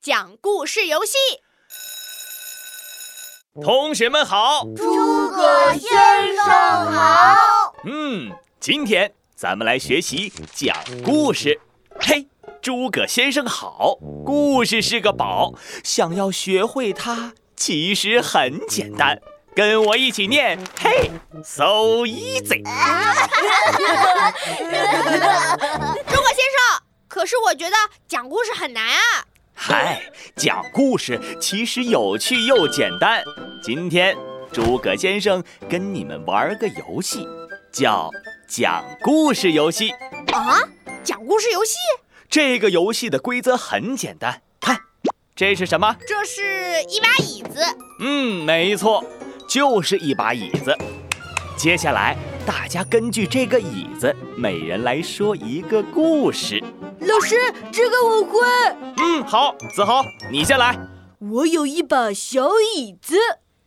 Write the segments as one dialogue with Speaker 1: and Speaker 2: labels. Speaker 1: 讲故事游戏。
Speaker 2: 同学们好，
Speaker 3: 诸葛先生好。
Speaker 2: 嗯，今天咱们来学习讲故事。嘿，诸葛先生好，故事是个宝，想要学会它其实很简单。跟我一起念，嘿，so easy。
Speaker 1: 诸葛先生，可是我觉得讲故事很难啊。
Speaker 2: 嗨，讲故事其实有趣又简单。今天诸葛先生跟你们玩个游戏，叫讲故事游戏。
Speaker 1: 啊，讲故事游戏？
Speaker 2: 这个游戏的规则很简单，看，这是什么？
Speaker 1: 这是一把椅子。
Speaker 2: 嗯，没错，就是一把椅子。接下来，大家根据这个椅子，每人来说一个故事。
Speaker 3: 老师，这个我会。
Speaker 2: 嗯，好，子豪，你先来。
Speaker 3: 我有一把小椅子，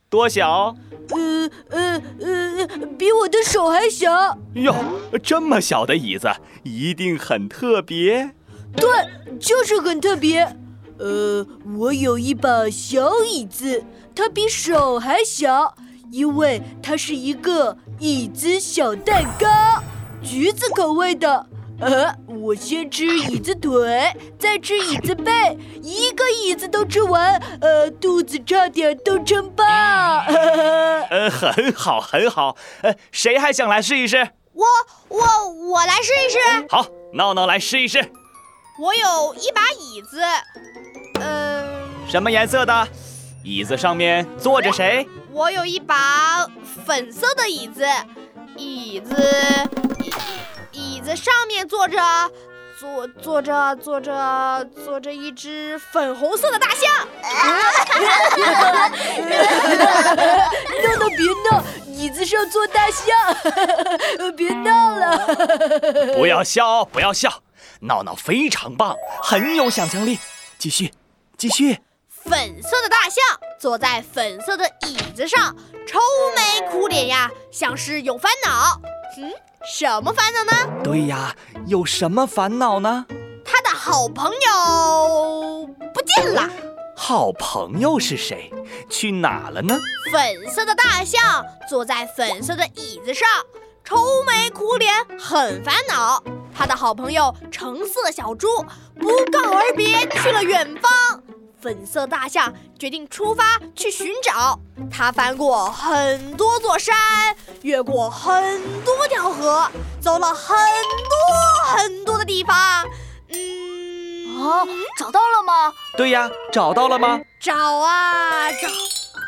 Speaker 2: 多小？
Speaker 3: 呃呃呃，比我的手还小。
Speaker 2: 哟，这么小的椅子，一定很特别。
Speaker 3: 对，就是很特别。呃，我有一把小椅子，它比手还小，因为它是一个椅子小蛋糕，橘子口味的。呃，我先吃椅子腿，再吃椅子背，一个椅子都吃完，呃，肚子差点都撑爆。
Speaker 2: 呃，很好，很好。呃，谁还想来试一试？
Speaker 1: 我我我来试一试。
Speaker 2: 好，闹闹来试一试。
Speaker 1: 我有一把椅子，嗯、
Speaker 2: 什么颜色的？椅子上面坐着谁？
Speaker 1: 我有一把粉色的椅子，椅子椅椅子上面坐着坐坐着坐着坐着一只粉红色的大象。
Speaker 3: 闹闹别闹，椅子上坐大象， 呃别闹了。
Speaker 2: 不要笑，不要笑，闹闹非常棒，很有想象力。继续，继续。
Speaker 1: 粉色的大象坐在粉色的椅子上，愁眉苦脸呀，像是有烦恼。嗯，什么烦恼呢？
Speaker 2: 对呀，有什么烦恼呢？
Speaker 1: 他的好朋友不见了。
Speaker 2: 好朋友是谁？去哪了呢？
Speaker 1: 粉色的大象坐在粉色的椅子上，愁眉苦脸，很烦恼。他的好朋友橙色小猪不告而别去了远方。粉色大象决定出发去寻找。它翻过很多座山，越过很多条河，走了很多很多的地方。嗯，
Speaker 3: 哦，找到了吗？
Speaker 2: 对呀，找到了吗？
Speaker 1: 找啊找，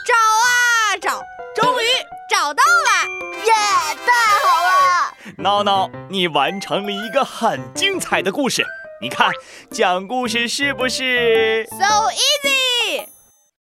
Speaker 1: 找啊找，终于找到了！耶，太好了！
Speaker 2: 闹闹，你完成了一个很精彩的故事。你看，讲故事是不是
Speaker 1: So easy！